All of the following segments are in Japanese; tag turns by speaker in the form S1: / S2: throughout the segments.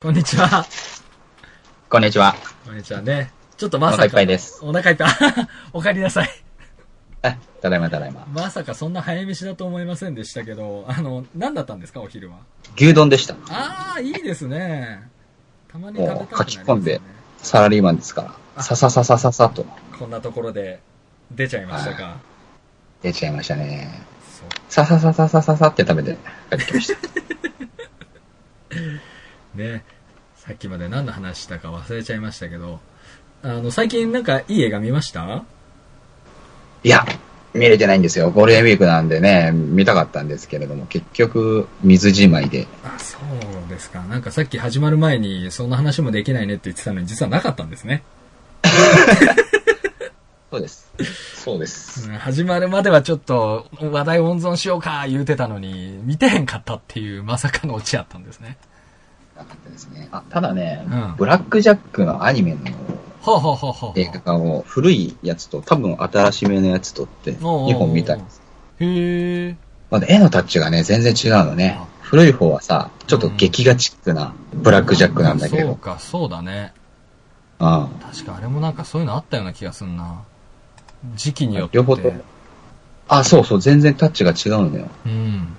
S1: こんにちは。
S2: こんにちは。
S1: こんにちはね。ちょっとまさか。
S2: お腹いっぱいです
S1: お腹いっぱ い。お帰りなさい。
S2: あ、ただいまただいま。
S1: まさかそんな早飯だと思いませんでしたけど、あの、何だったんですか、お昼は。
S2: 牛丼でした。
S1: あー、いいですね。たまに食べたくなります、ね、
S2: もう書き込んでサラリーマンですから。ささささささと
S1: こんなところで出ちゃいましたか。
S2: 出ちゃいましたね。
S1: そう
S2: さささささささって食べて帰ってきました。
S1: ね、さっきまで何の話したか忘れちゃいましたけど、あの、最近なんかいい映画見ました
S2: いや、見れてないんですよ。ゴールデンウィークなんでね、見たかったんですけれども、結局、水じまいで。
S1: あ、そうですか。なんかさっき始まる前に、そんな話もできないねって言ってたのに、実はなかったんですね。
S2: そうです。そうです。
S1: うん始まるまではちょっと話題温存しようか言うてたのに、見てへんかったっていうまさかのオチやったんですね。
S2: なかったですね。あ、ただね、
S1: うん
S2: ブラックジャックのアニメの
S1: ほうほうほうほうほう。
S2: 映画化を、古いやつと多分新しめのやつとって、
S1: おうおうおう
S2: 2本見たんです。
S1: へえ。
S2: まだ絵のタッチがね、全然違うのね
S1: あ。
S2: 古い方はさ、ちょっと劇画チックなブラックジャックなんだけ
S1: そう
S2: ど。
S1: か、そうだね。
S2: うん。
S1: 確かあれもなんかそういうのあったような気がすんな。時期によって。
S2: 両方とも。あ、そうそう、全然タッチが違うのよ。
S1: うん。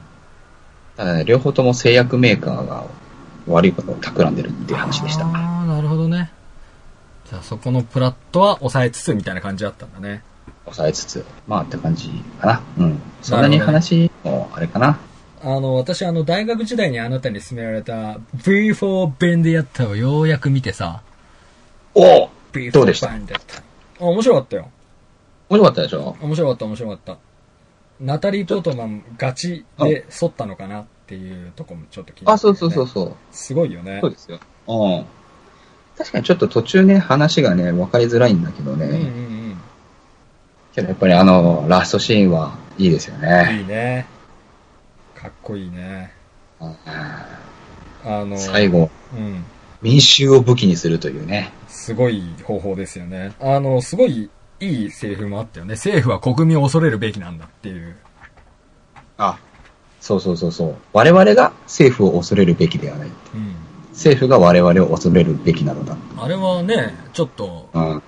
S2: ただね、両方とも製薬メーカーが悪いことを企んでるっていう話でした。
S1: ああ、なるほどね。じゃあそこのプラットは抑えつつみたいな感じだったんだね。
S2: 抑えつつ。まあって感じかな。うん。そんなに話もあれかな。
S1: あの、私、あの、大学時代にあなたに勧められた V for Vendetta をようやく見てさ、
S2: おお
S1: ビー
S2: どうでした
S1: パンだった。あ、面白かったよ。
S2: 面白かったでしょ
S1: 面白かった、面白かった。ナタリー・ポートマン、ガチで剃ったのかなっていうとこもちょっと聞いて、
S2: あ、そうそうそう。そう。
S1: すごいよね
S2: そう。ですよ。うん。確かにちょっと途中ね、話がね、分かりづらいんだけどね。
S1: うんうん
S2: けどやっぱりあの、ラストシーンはいいですよ
S1: うん。
S2: ね。
S1: いいね。かっこいいね。
S2: うん
S1: あの、
S2: 最後、
S1: うん。
S2: 民衆を武器にするというね。
S1: すごい方法ですよね。あの、すごいいいセリフもあったよね。政府は国民を恐れるべきなんだっていう。
S2: あ、そうそうそうそう。我々が政府を恐れるべきではない。
S1: うん。
S2: 政府が我々を恐れるべきなのだ。
S1: あれはね、ちょっと
S2: うん。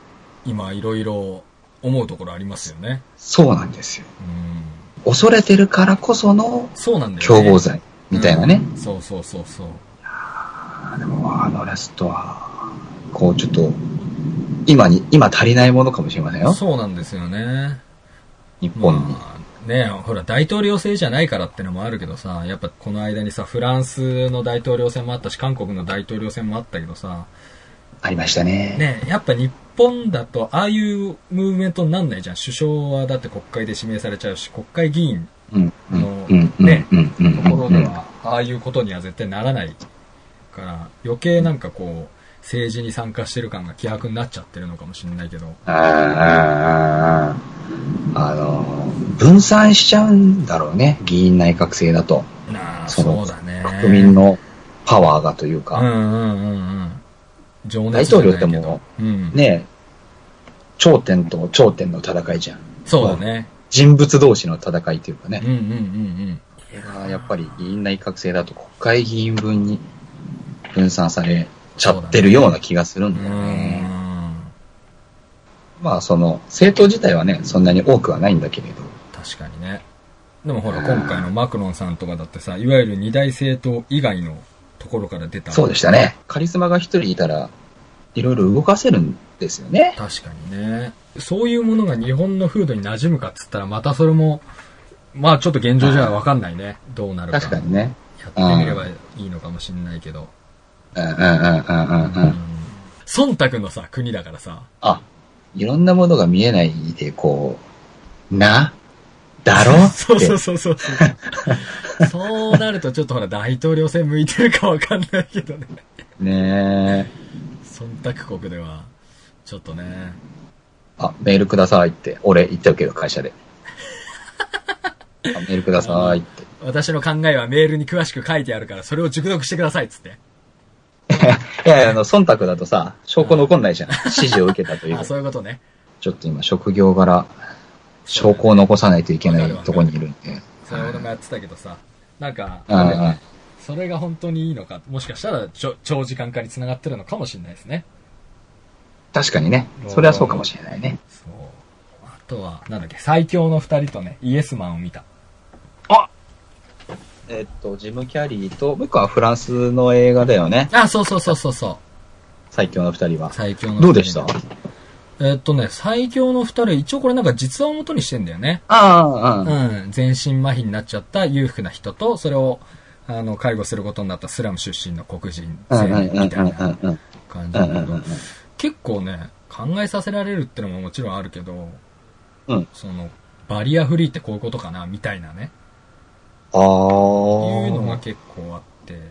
S1: 今いろいろ思うところありますよね。
S2: そうなんですよ。
S1: うん。
S2: 恐れてるからこその
S1: そうなんだよね。
S2: 共謀罪みたいなね。
S1: うんそうそうそうそう。
S2: あでもあのラストは、こうちょっと、今に、今足りないものかもしれませんよ。
S1: そうなんですよね。
S2: 日本に。
S1: まあ、ねほら、大統領制じゃないからってのもあるけどさ、やっぱこの間にさ、フランスの大統領選もあったし、韓国の大統領選もあったけどさ、
S2: ありましたね。
S1: ねやっぱ日本だと、ああいうムーブメントになんないじゃん。首相はだって国会で指名されちゃうし、国会議員
S2: うん。う
S1: の
S2: ん。うん。うん
S1: ね
S2: うん。うん。
S1: ところ
S2: う
S1: で
S2: ん
S1: は、ああいうことには絶対ならないから、余計なんかこう、政治に参加してる感が希薄になっちゃってるのかもしれないけど、
S2: あーあーあーあの、分散しちゃうんだろうね。議員内閣制だと。
S1: なあ、
S2: そ
S1: そう
S2: の
S1: だね。
S2: 国民のパワーがという
S1: う
S2: か、
S1: んうんうんうん。情熱じゃないけど
S2: 大統領っても
S1: うん。
S2: ねえ、頂点と頂点の戦いじゃん。
S1: そうだね。
S2: 人物同士の戦いというか
S1: うん
S2: ね。
S1: うんうん
S2: あーやっぱり議員内閣制だと国会議員分に分散されちゃってるような気がする
S1: うん。
S2: ん
S1: う
S2: だよ
S1: ー
S2: ね。
S1: ん。
S2: まあその、政党自体はね、そんなに多くはないんだけれど。
S1: 確かにね。でもほら、今回のマクロンさんとかだってさ、いわゆる二大政党以外のところから出た。
S2: そうでしたね。カリスマが一人いたら、いろいろ動かせるんですよね。
S1: 確かにね。そういうものが日本の風土に馴染むかっつったら、またそれも、まあちょっと現状じゃわかんないね。どうなるか。
S2: 確かにね。
S1: やってみればいいのかもしれないけど。
S2: うんうんうんうんうん
S1: う
S2: うんん。
S1: 忖度のさ、国だからさ。
S2: あ、いろんなものが見えないで、こう、な、だ ろっ て。
S1: そうそうそうそう。そうなるとちょっとほら、大統領選向いてるかわかんないけどね。
S2: ねえ。
S1: 忖度国では、ちょっとね。
S2: あ、メールくださいって、俺言っておけど、会社で。あメールくださいって。
S1: 私の考えはメールに詳しく書いてあるから、それを熟読してくださいっつって。
S2: いやいや、あの、忖度だとさ、証拠残んないじゃん。指示を受けたという
S1: あ、。そういうことね。
S2: ちょっと今、職業柄、証拠を残さないといけないとこにいるんで。
S1: そういうこともやってたけどさ。なんか、
S2: うんうん。
S1: それが本当にいいのか、もしかしたらちょ長時間化につながってるのかもしれないですね。
S2: 確かにね。それはそうかもしれないね。
S1: そう。あとは、なんだっけ、最強の二人とね、イエスマンを見た。
S2: えっと、ジム・キャリーと、もう一個はフランスの映画だよね。
S1: あ、そうそうそうそうそう。
S2: 最強の二人は。
S1: 最強の二人
S2: どうでした
S1: えっとね、最強の二人、一応これなんか実話を元にしてんだよね。
S2: ああ、うん。
S1: うん。全身麻痺になっちゃった裕福な人と、それを、あの、介護することになったスラム出身の黒人
S2: うん
S1: 青
S2: うんうん
S1: 年
S2: うん
S1: みたいな
S2: うん
S1: 感じ
S2: う
S1: なん
S2: うんんう
S1: だけ
S2: んう
S1: ど
S2: ん、
S1: 結構ね、考えさせられるってのももちろんあるけど、
S2: うん
S1: その、バリアフリーってこういうことかな、みたいなね、
S2: あー
S1: いうのが結構あって、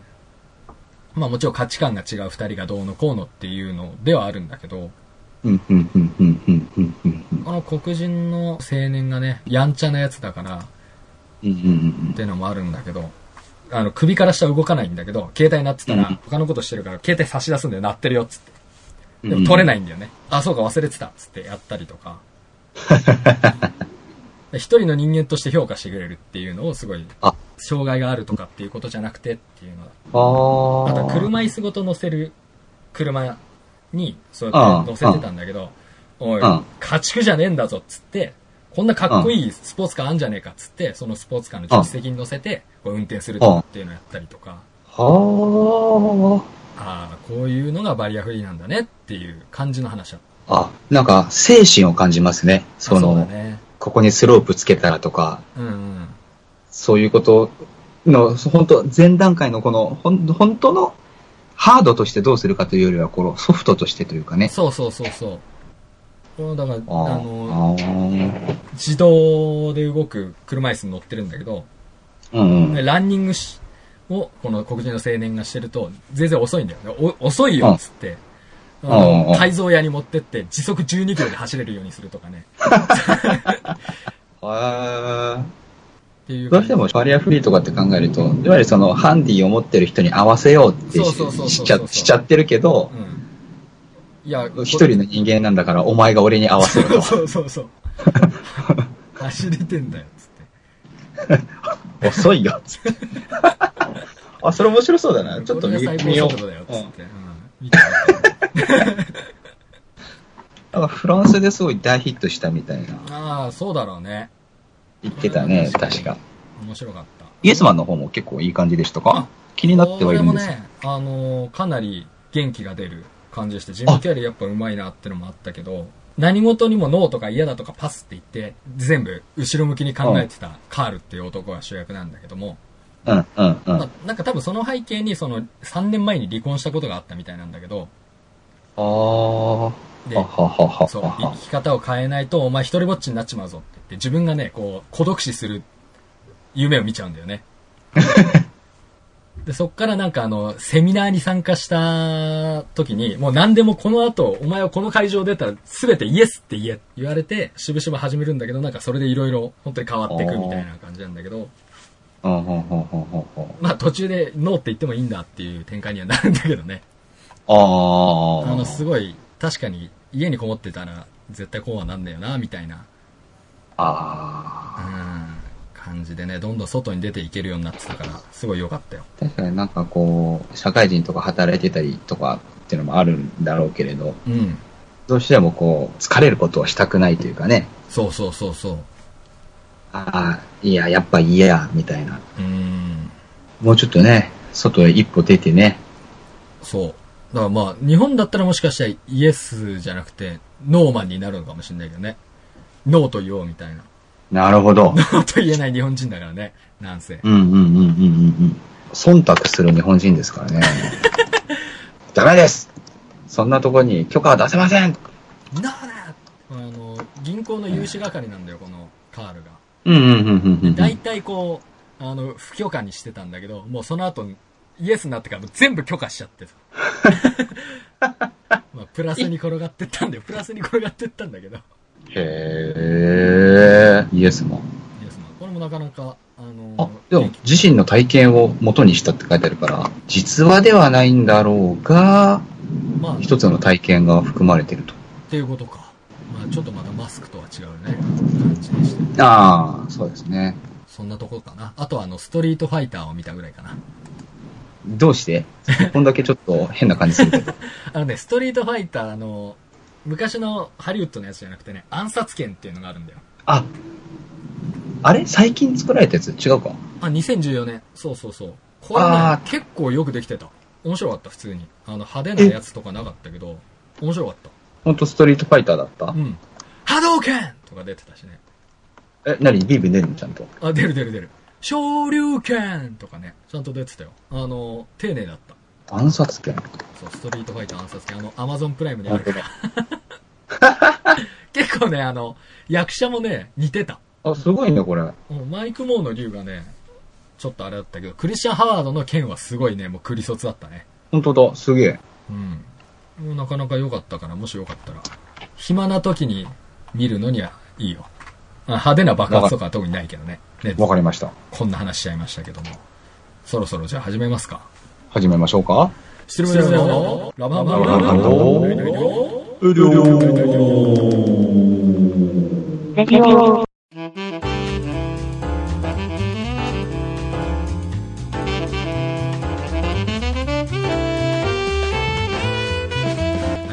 S1: まあもちろん価値観が違う二人がどうのこうのっていうのではあるんだけど、
S2: うんうんうんうんうんうんうんうん
S1: この黒人の青年がね、やんちゃなやつだから、
S2: うんうんうん
S1: っていうのもあるんだけど、あの、首から下動かないんだけど、携帯鳴ってたら
S2: うん、
S1: 他のことしてるから、携帯差し出すんだよ、鳴ってるよ、つって。
S2: うん。。
S1: でも取れないいんだよね。あ、そうか、忘れてた、つってやったりと か。で一人の人間として評価してくれるっていうのをすごい
S2: あ、
S1: 障害があるとかっていうことじゃなくてっていうのだ。
S2: ああ。
S1: あとは車椅子ごと乗せる車に、そうやって乗せてたんだけど、おい
S2: うん、
S1: 家畜じゃねえんだぞ、つって、こんなかっこいいスポーツカーあんじゃねえか、つって、そのスポーツカーの助手席に乗せて、こう運転するとかっていうのをやったりとか、
S2: は
S1: ああ、こういうのがバリアフリーなんだねっていう感じの話だった。
S2: あ。あ、なんか、精神を感じますね。そ
S1: あうだ
S2: の、
S1: ね。
S2: ここにスロープつけたらとか、
S1: うんうん。
S2: そういうことの、本当前段階のこの、ほん本当の、ハードとしてどうするかというよりは、このソフトとしてというかね。
S1: そうそうそうそう。このだから、あ
S2: あ
S1: の、
S2: ー
S1: 自動で動く車椅子に乗ってるんだけど、
S2: うんうん。
S1: ランニングしを、この黒人の青年がしてると、全然遅いんだよね。お遅いよっつって、あ
S2: うんうんう
S1: の
S2: ん
S1: 改造屋に持ってって、時速12キロで走れるようにするとかね。
S2: あ
S1: っていう感
S2: どうし
S1: じ。
S2: てもバリアフリーとかって考えると、いわゆるそのハンディを持ってる人に合わせようって
S1: そうそうそうそう
S2: ししちゃしちゃってるけど
S1: う、ん。いや、
S2: 一人の人間なんだからお前が俺に合わせろと。
S1: そうそう そう。走れてんだよ、つって。
S2: 遅いよ、つって。 あ、それ面白そうだな。ちょっと見
S1: これが
S2: 見
S1: 最
S2: よ
S1: 高
S2: う。
S1: 速度だよ、つ
S2: うん
S1: って。うん。見てみて
S2: なんかフランスですごい大ヒットしたみたいな。
S1: ああ、そうだろうね。
S2: 言ってたね、
S1: 確かに
S2: 確か。
S1: 面白かった。
S2: イエスマンの方も結構いい感じでした
S1: あ
S2: か気になってはいるんです
S1: これもね、あのーかなり元気が出る感じでして、ジム・キャリーやっぱ上手いなってのもあったけど、何事にもノーとか嫌だとかパスって言って、全部後ろ向きに考えてたカールっていう男が主役なんだけども、
S2: うん、うん、うん。
S1: ま
S2: あ
S1: あ、なんか多分その背景にその3年前に離婚したことがあったみたいなんだけど、
S2: あー。は
S1: で
S2: は、はは
S1: そう、
S2: は
S1: 生
S2: は。
S1: き方を変えないとお前一人ぼっちになっちまうぞって言って、自分がね、こう、孤独死する夢を見ちゃうんだよね。で、そっからなんかあの、セミナーに参加した時に、もう何でもこの後、お前はこの会場出たら全てイエスって言えって言われて、しぶしぶ始めるんだけど、なんかそれでいろいろ本当に変わっていくみたいな感じなんだけど、
S2: うん、うん、うん、うん、うんうん。
S1: まあ途中でノーって言ってもいいんだっていう展開にはなるんだけどね。
S2: あー。
S1: あの、すごい、確かに家にこもってたら絶対こうはなんだよな、みたいな
S2: あ
S1: うん感じでね、どんどん外に出ていけるようになってたから、すごい良かったよ。
S2: ー。確かになんかこう、社会人とか働いてたりとかっていうのもあるんだろうけれど、
S1: うん。
S2: どうしてもこう、疲れることはしたくないというかね、
S1: そうそうそうそう。
S2: ああ、いや、やっぱ嫌や、みたいな。
S1: うん。
S2: もうちょっとね、外へ一歩出てね。
S1: そう。だからまあ、日本だったらもしかしたらイエスじゃなくて、ノーマンになるのかもしれないけどね。ノーと言おうみたいな。
S2: なるほど。
S1: ノーと言えない日本人だからね。なんせ。
S2: うんうんうんうんうんうん。忖度する日本人ですから ね。ダメですそんなとこに許可は出せません
S1: ノーだあの、銀行の融資係なんだよ、このカールが。
S2: うんうんうんうんうん。
S1: 大体こう、あの、不許可にしてたんだけど、もうその後、イエスになってからもう全部許可しちゃってさ まあ、プラスに転がってったんだよ。プラスに転がってったんだけど。
S2: へーイエスも。
S1: イエスの。これもなかなか、あの
S2: あ、でも自身の体験を元にしたって書いてあるから、実話ではないんだろうが、
S1: まあ、っ
S2: 一つの体験が含まれてると。
S1: ていうことか。まあ、ちょっとまたマスクとは違うね。感じでした。
S2: ああ、そうですね。
S1: そんなとこかな。あとは、あの、ストリートファイターを見たぐらいかな。
S2: どうしてこんだけちょっと変な感じするけ ど。
S1: あのね、ストリートファイターの、昔のハリウッドのやつじゃなくてね、暗殺剣っていうのがあるんだよ。
S2: あ、あれ最近作られたやつ違うか
S1: あ、2014年。そうそうそう。これね
S2: あ、
S1: 結構よくできてた。面白かった、普通に。あの、派手なやつとかなかったけど、面白かっ
S2: ほんとストリートファイターだった
S1: た。うん。波動拳とか出てたしね。
S2: え、なにビーブ出るのちゃんと。
S1: あ、出る出る出る。昇竜拳とかね、ちゃんと出てたよ。あの、丁寧だった。
S2: 暗殺剣。
S1: そう、ストリートファイター暗殺権、あの、アマゾンプライムにあるから。 結構ね、あの、役者もね、似てた。
S2: あ、すごいね、これ。
S1: うんマイク・モーの竜がね、ちょっとあれだったけど、クリスチャン・ハワードの剣はすごいね、もうクリソツだったね。
S2: ほんとだ、すげえ。
S1: うん。もうなかなか良かったから、もしよかったら。暇な時に見るのにはいいよ。あ派手な爆発とかは特にないけどね。ね、
S2: わかりました。
S1: こんな話しちゃいましたけども。そろそろじゃあ始めますか。
S2: 始めましょうか。
S1: 失礼しますよ。ラバーマン
S2: ラバーマン
S1: は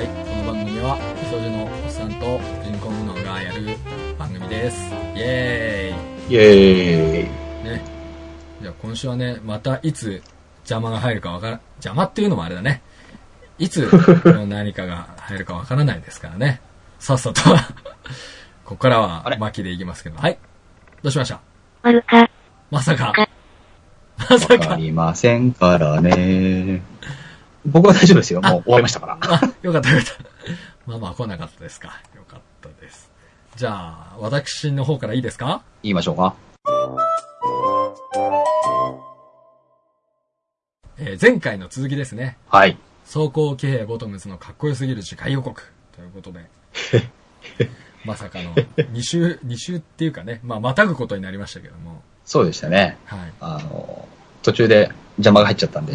S1: い、この番組は、磯路のおっさんと人工無能がやる番組です。イエー
S2: イェーイ。
S1: イね。じゃあ今週はね、またいつ邪魔が入るかわから、邪魔っていうのもあれだね。い つ何かが入るかわからないですからね。さっさと、 ここから
S2: あ
S1: は
S2: れ
S1: 巻きでいきますけど。はい。どうしました
S3: まるか、
S1: まさか。まさ
S2: わか
S1: か。
S2: りませんからね。僕は大丈夫ですよ。もう終わりましたから。
S1: あ、よかったよかった。まあまあ来なかったですか。よかったです。じゃあ、私の方からいいですか
S2: 言いましょうか。
S1: えー前回の続きですね。
S2: はい。
S1: 走行騎兵ボトムズのかっこよすぎる次回予告ということで。 まさかの2週、2週っていうかね、まあ、またぐことになりましたけども。
S2: そうでしたね。
S1: はい。
S2: あの、途中で邪魔が入っちゃ ったんで。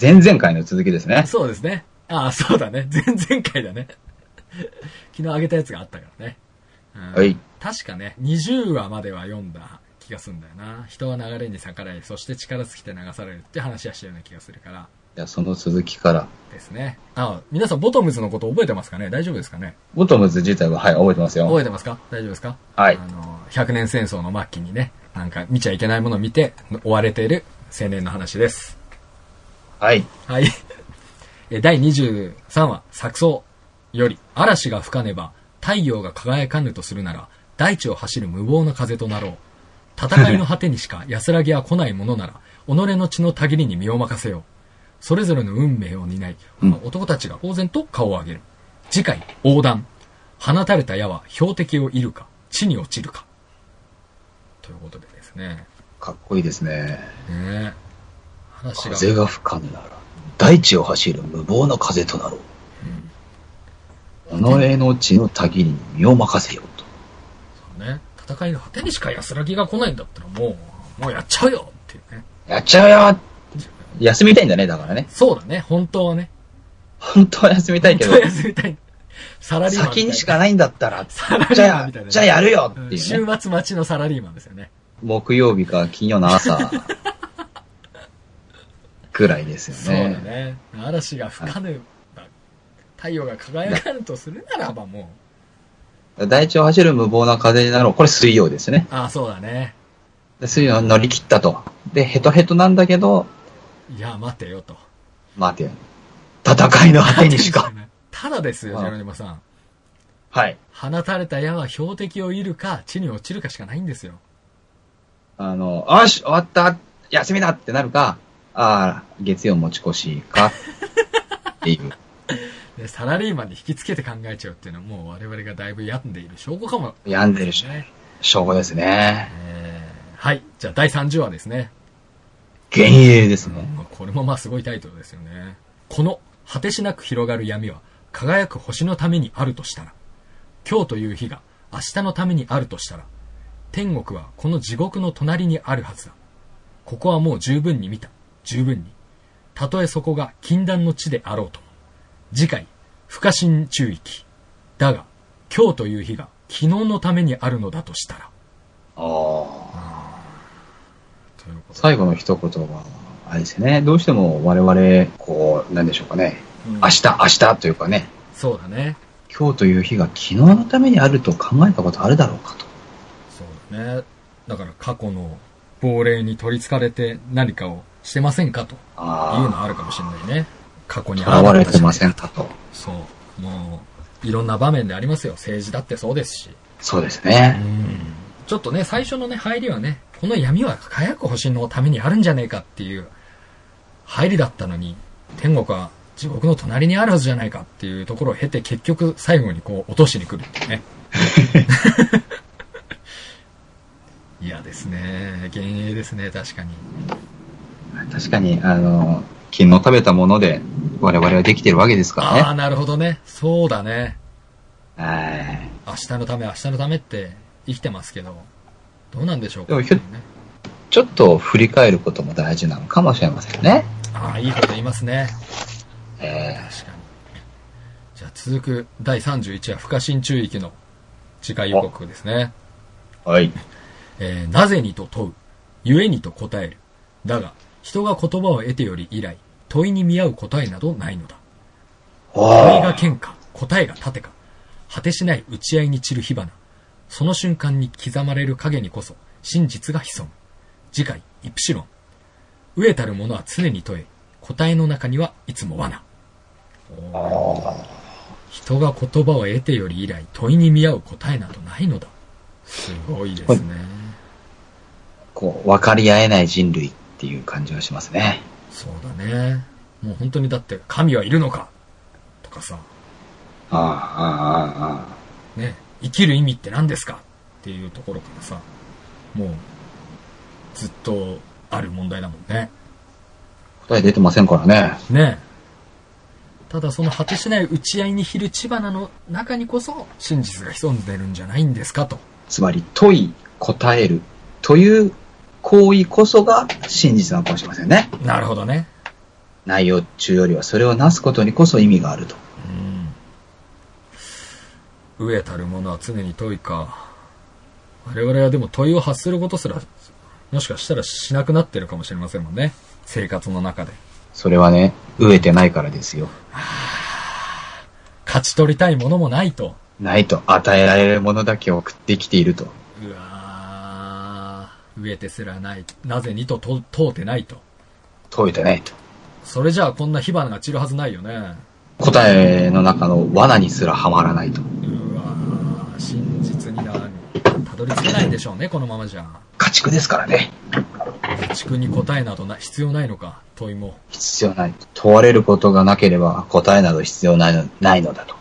S2: 前々回の続きですね。
S1: そうですね。ああ、そうだね。前々回だね。昨日あげたやつがあったからね。うん
S2: はい。
S1: 確かね、20話までは読んだ気がすんだよな。人は流れに逆らい、そして力尽きて流されるって話はしてるような気がするから
S2: じゃあその続きから。
S1: ですね。ああ、皆さんボトムズのこと覚えてますかね大丈夫ですかね
S2: ボトムズ自体は、はい、覚えてますよ。
S1: 覚えてますか大丈夫ですか
S2: はい
S1: あの、100年戦争の末期にね、なんか見ちゃいけないものを見て追われている青年の話です。
S2: はい。
S1: はい。え第23話、錯綜より、嵐が吹かねば、太陽が輝かぬとするなら、大地を走る無謀な風となろう。戦いの果てにしか安らぎは来ないものなら、己の血のたぎりに身を任せよう。それぞれの運命を担い、
S2: うん
S1: 男たちが公然と顔を上げる。次回、横断。放たれた矢は標的を射るか、地に落ちるか。ということでですね。
S2: かっこいいですね。
S1: ねえ話が。
S2: 風が吹かぬなら、大地を走る無謀な風となろう。己の血のたぎりに身を任せようと。
S1: ね、戦いの果てにしか安らぎが来ないんだったらもう、もうやっちゃうよっていうね。
S2: やっちゃうよ休みたいんだね、だからね。
S1: そうだね、本当はね。
S2: 本当は休みたいけ
S1: 本
S2: ど
S1: 当、は休みたい。サラリーマンみたい
S2: 先
S1: な。
S2: にしかないんだったら、
S1: サラリ
S2: じ
S1: ーマン
S2: ゃあ
S1: みたいな、ね。
S2: じゃあやるよ
S1: うん
S2: っていう
S1: 週
S2: ね。
S1: 末待ちのサラリーマンですよね。
S2: 木曜日か金曜の朝、ぐらいです
S1: そう
S2: よ
S1: だ
S2: ね。
S1: ね。嵐が吹かぬ、太陽が輝かぬとするならばも
S2: 大地を走る無謀な風になろう。これ水曜ですね。
S1: う、ああ、そうだね。
S2: で水曜乗り切ったと。で、ヘトヘトなんだけど、
S1: いや、待てよと。
S2: 待てよ。戦いの果てにしか。。
S1: ただですよ、
S2: ああ
S1: ジェロニマさん。
S2: はい。
S1: 放たれた矢は標的を射るか、地に落ちるかしかないんですよ。
S2: あの、よし、終わった、休みだってなるか、ああ、月曜持ち越しか、っていう。
S1: でサラリーマンに引きつけて考えちゃうっていうのはもう我々がだいぶ病んでいる証拠かも、
S2: 病んでるし、
S1: ね。
S2: 証拠ですね。
S1: えーはい。じゃあ第30話ですね。
S2: 幻影ですね。
S1: まあこれもまあすごいタイトルですよね。この果てしなく広がる闇は輝く星のためにあるとしたら、今日という日が明日のためにあるとしたら、天国はこの地獄の隣にあるはずだ。ここはもう十分に見た。十分に。たとえそこが禁断の地であろうとも。次回、不可侵中域。だが、今日という日が昨日のためにあるのだとしたら。
S2: ああ。
S1: とということで。
S2: 最後の一言は、あれですよね。どうしても我々、こう、なんでしょうかね。
S1: うん
S2: 明日、明日というかね、
S1: そうだね。
S2: 今日という日が昨日のためにあると考えたことあるだろうかと。
S1: そうだね。だから過去の亡霊に取り憑かれて何かをしてませんかというの
S2: あ
S1: はあるかもしれないね。過去に
S2: あ、とらわれてま
S1: ん。
S2: せんかと。
S1: そう。もう、いろんな場面でありますよ。政治だってそうですし。
S2: そうですね。
S1: ちょっとね、最初のね、入りはね、この闇は輝く星のためにあるんじゃねえかっていう、入りだったのに、天国は地獄の隣にあるはずじゃないかっていうところを経て、結局最後にこう、落としに来るっていうね。 嫌ですね。幻影ですね、確かに。
S2: 確かに、あの、昨日食べたもので我々はできてるわけですからね
S1: あ。あ、なるほどね。そうだね。
S2: はい
S1: 明日のため、明日のためって生きてますけど、どうなんでしょうか、
S2: でもひょちょっと振り返ることも大事なのかもしれませんね。
S1: ああ、いいこと言いますね。
S2: え
S1: 確かに。じゃあ続く第31話、不可侵注意域の次回予告ですね。
S2: ーはい。
S1: えーなぜにと問う。ゆえにと答える。だが、人が言葉を得てより以来、問いに見合う答えなどないのだ。問いが
S2: あ
S1: 剣か、答えが盾か。果てしない打ち合いに散る火花。その瞬間に刻まれる影にこそ、真実が潜む。次回、イプシロン。飢えたる者は常に問え、答えの中にはいつも罠。おー
S2: あ。
S1: 人が言葉を得てより以来問いに見合う答えなどないのだすごいですね
S2: こう、分かり合えない人類っていう感じがしますね。
S1: そうだねもう本当にだって神はいるのかとかさ
S2: ああ、ああ、ああ。
S1: ね生きる意味って何ですかっていうところからさもうずっとある問題だもんね
S2: 答え出てませんからね。
S1: ねただその果てしない打ち合いにひる千花の中にこそ真実が潜んでるんじゃないんですかと
S2: つまり、問い、答えるという行為こそが真実なのかもしれませんね。
S1: なるほどね
S2: 内容中よりはそれをなすことにこそ意味があると。
S1: うん。飢えたる者は常に問いか。我々はでも問いを発することすら、もしかしたらしなくなってるかもしれませんもんね。生活の中で。
S2: それはね、飢えてないからですよ。
S1: 勝ち取りたいものもないと。
S2: ないと与えられるものだけを食ってきていると。
S1: うわー飢えてすらない。なぜにとと問うてないと。
S2: 問えてないと。
S1: それじゃあこんな火花が散るはずないよね。
S2: 答えの中の罠にすらはまらないと。
S1: うわー真実になたどり着けないんでしょうね、このままじゃ。
S2: 家畜ですからね。
S1: 家畜に答えなどな、必要ないのか、問いも。
S2: 必要ない。問われることがなければ答えなど必要ないのないのだと。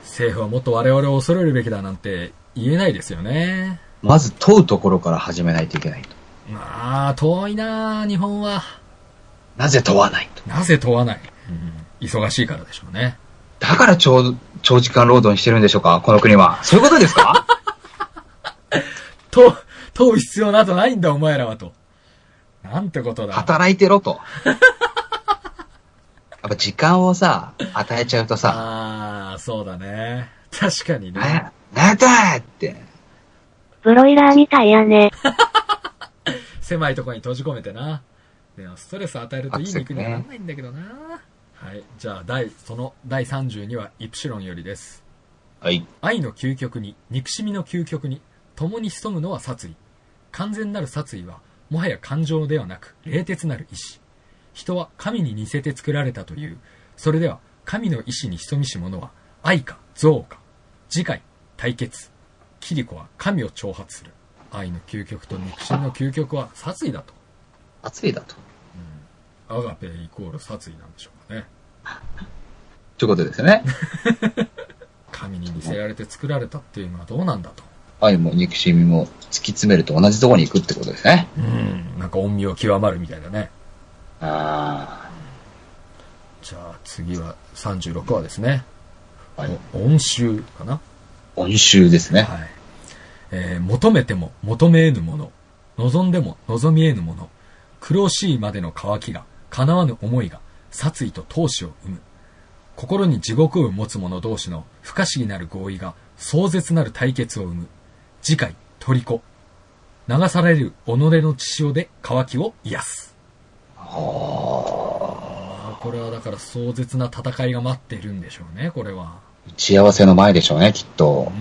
S1: 政府はもっと我々を恐れるべきだなんて言えないですよね。
S2: まず問うところから始めないといけないと。
S1: まあ、遠いなあ日本は。
S2: なぜ問わないと。
S1: なぜ問わない、忙しいからでしょうね。
S2: だから長長時間労働にしてるんでしょうかこの国は。そういうことですか
S1: と、 問う必要などないんだ、お前らはと。なんてことだ。
S2: 働いてろと。やっぱ時間をさ、与えちゃうとさ、
S1: ああ、そうだね。確かに
S2: なん
S1: ね。
S2: や、なんやったーって。
S3: ブロイラーみたいやね。
S1: 狭いところに閉じ込めてな。でもストレス与えるといい肉にはならないんだけどな。はい。じゃあ、第、その第32話、イプシロンよりです。
S2: はい。
S1: 愛の究極に憎しみの究極に共に潜むのは殺意完全なる殺意はもはや感情ではなく冷徹なる意志人は神に似せて作られたというそれでは神の意志に潜みし者は愛か憎悪か次回対決キリコは神を挑発する愛の究極と憎しみの究極は殺意だと
S2: 暑いだと。
S1: アガペイコール殺意なんでしょうかね
S2: ということですよね。
S1: 神に似せられて作られたっていうのはどうなんだと
S2: 愛も憎しみも突き詰めると同じところに行くってことですね。
S1: うんなんか陰陽極まるみたいだね
S2: あ
S1: じゃあ次は36話ですね。
S2: あ、はい。
S1: お音集かな
S2: 音集ですね。
S1: はい。えー求めても求め得ぬもの、望んでも望み得ぬもの、苦しいまでの渇きが、叶わぬ思いが、殺意と闘志を生む。心に地獄を持つ者同士の不可思議なる合意が、壮絶なる対決を生む。次回、虜。流される己の血潮で渇きを癒す。あーこれはだから壮絶な戦いが待ってるんでしょうね、これは。
S2: 打ち合わせの前でしょうね、きっと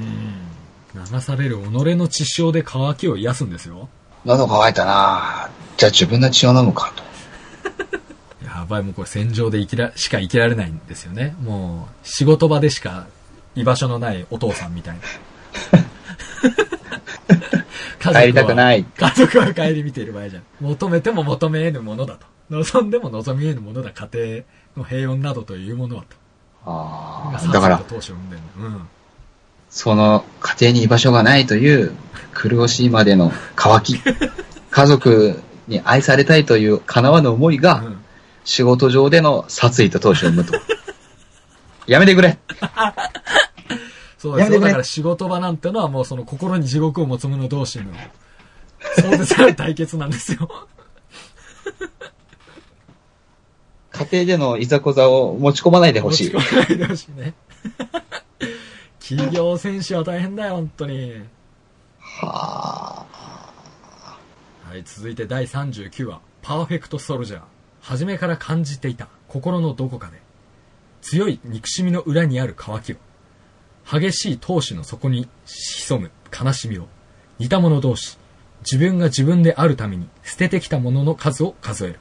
S1: う。ん。流される己の血潮で渇きを癒すんですよ。
S2: 喉乾いたなじゃあ自分の血を飲むかと。
S1: やばい、もうこれ戦場で生きら、しか生きられないんですよね。もう、仕事場でしか居場所のないお父さんみ たいな。家族は
S2: 帰りたくない
S1: 家族は帰り見ている場合じゃん。求めても求め得ぬものだと。望んでも望み得ぬものだ。家庭の平穏などというものはと。
S2: あ
S1: が
S2: あ、だから
S1: さっさ、と当初産んでるんだうん。
S2: その家庭に居場所がないという苦しいまでの渇 き、家族に愛されたいという叶わぬ思い
S1: う
S2: が、
S1: ん
S2: 仕事上での殺意と闘志を生むと。やめてくれ
S1: そうです
S2: やめて
S1: よ。
S2: くれ
S1: だから仕事場なんてのはもうその心に地獄を持つ者同士の、壮絶な対決なんですよ。
S2: 家庭でのいざこざを持ち込まないでほしい
S1: 持。ち込まないでほしいね。 企業選手は大変だよ、本当に。
S2: は
S1: はい、続いて第39話、パーフェクトソルジャー。初めから感じていた、心のどこかで。強い憎しみの裏にある渇きを。激しい闘志の底に潜む悲しみを。似た者同士。自分が自分であるために捨ててきたものの数を数える。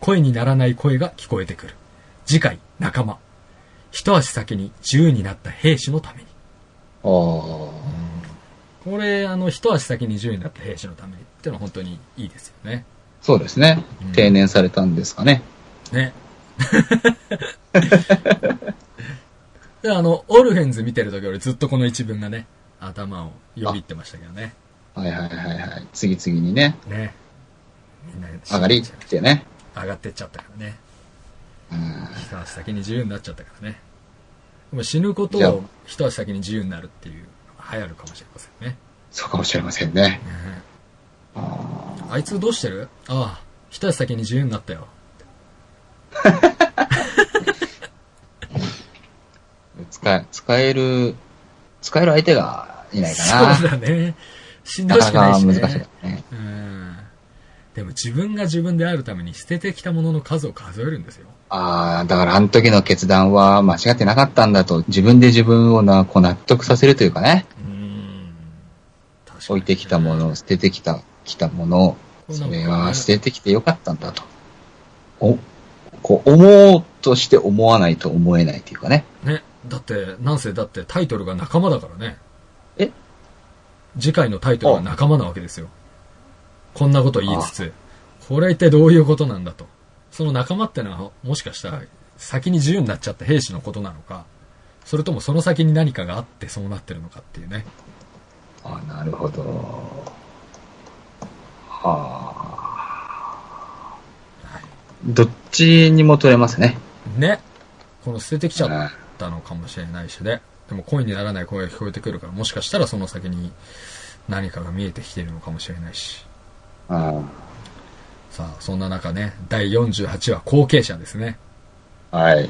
S1: 声にならない声が聞こえてくる。次回、仲間。一足先に自由になった兵士のために。
S2: あ。おー
S1: これ、あの、一足先に自由になった兵士のためにってのは本当にいいですよね。
S2: そうですね
S1: うん。
S2: 定年されたんですかね。
S1: ね。 で、あの、オルフェンズ見てるとき俺ずっとこの一文がね、頭をよぎってましたけどね。
S2: はいはいはいはい。次々にね、
S1: ね。みんな
S2: 上がりってね。
S1: 上がってっちゃったからね。
S2: うん
S1: 一足先に自由になっちゃったからね。でも死ぬこと
S2: じゃあ
S1: を一足先に自由になるっていう、流行るかもしれませんね。
S2: そうかもしれませんね。
S1: ね
S2: あ
S1: あいつどうしてるああ、一足先に自由になったよ。
S2: ー使え、使える、使える相手がいないかな。
S1: そうだね。しんど
S2: なか
S1: し
S2: な
S1: くない
S2: か
S1: しね。
S2: 難しいからね。
S1: うん。でも自分が自分であるために捨ててきたものの数を数えるんですよ。
S2: ああ、だからあの時の決断は間違ってなかったんだと、自分で自分をなこう納得させるというかね、
S1: うん。確かに
S2: 置いてきたもの、捨ててきた、きたもの、
S1: こんな
S2: そ
S1: もんね
S2: れは捨ててきてよかったんだと。お、こう、思おうとして思わないと思えないというかね。
S1: ね。だって、なんせだってタイトルが仲間だからね。
S2: え
S1: 次回のタイトルは仲間なわけですよ。こんなこと言いつつ、これは一体どういうことなんだと。その仲間ってのは、もしかしたら先に自由になっちゃった兵士のことなのか、それともその先に何かがあってそうなってるのかっていうね。
S2: あなるほど。はあ。どっちにも取れますね。
S1: ね。この捨ててきちゃ
S2: うん
S1: ったのかもしれないしね。でも声にならない声が聞こえてくるから、もしかしたらその先に何かが見えてきているのかもしれないし。
S2: あ
S1: さあ、そんな中ね、第48話、後継者ですね。
S2: あはい。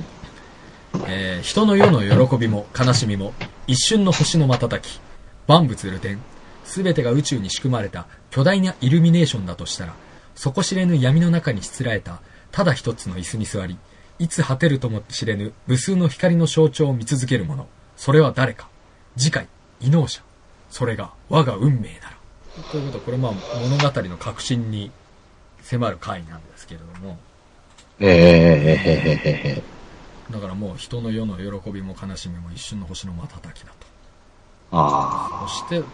S1: えー人の世の喜びも悲しみも、一瞬の星の瞬き、万物流転、すべてが宇宙に仕組まれた巨大なイルミネーションだとしたら、底知れぬ闇の中にしつらえた、ただ一つの椅子に座り、いつ果てるとも知れぬ無数の光の象徴を見続ける者、それは誰か。次回、異能者。それが我が運命なら。ということは、これまあ物語の核心に迫る回なんですけれども。
S2: ええええええええ
S1: だからもう人の世の喜びも悲しみも一瞬の星の瞬きだ
S2: あ
S1: と。そして、う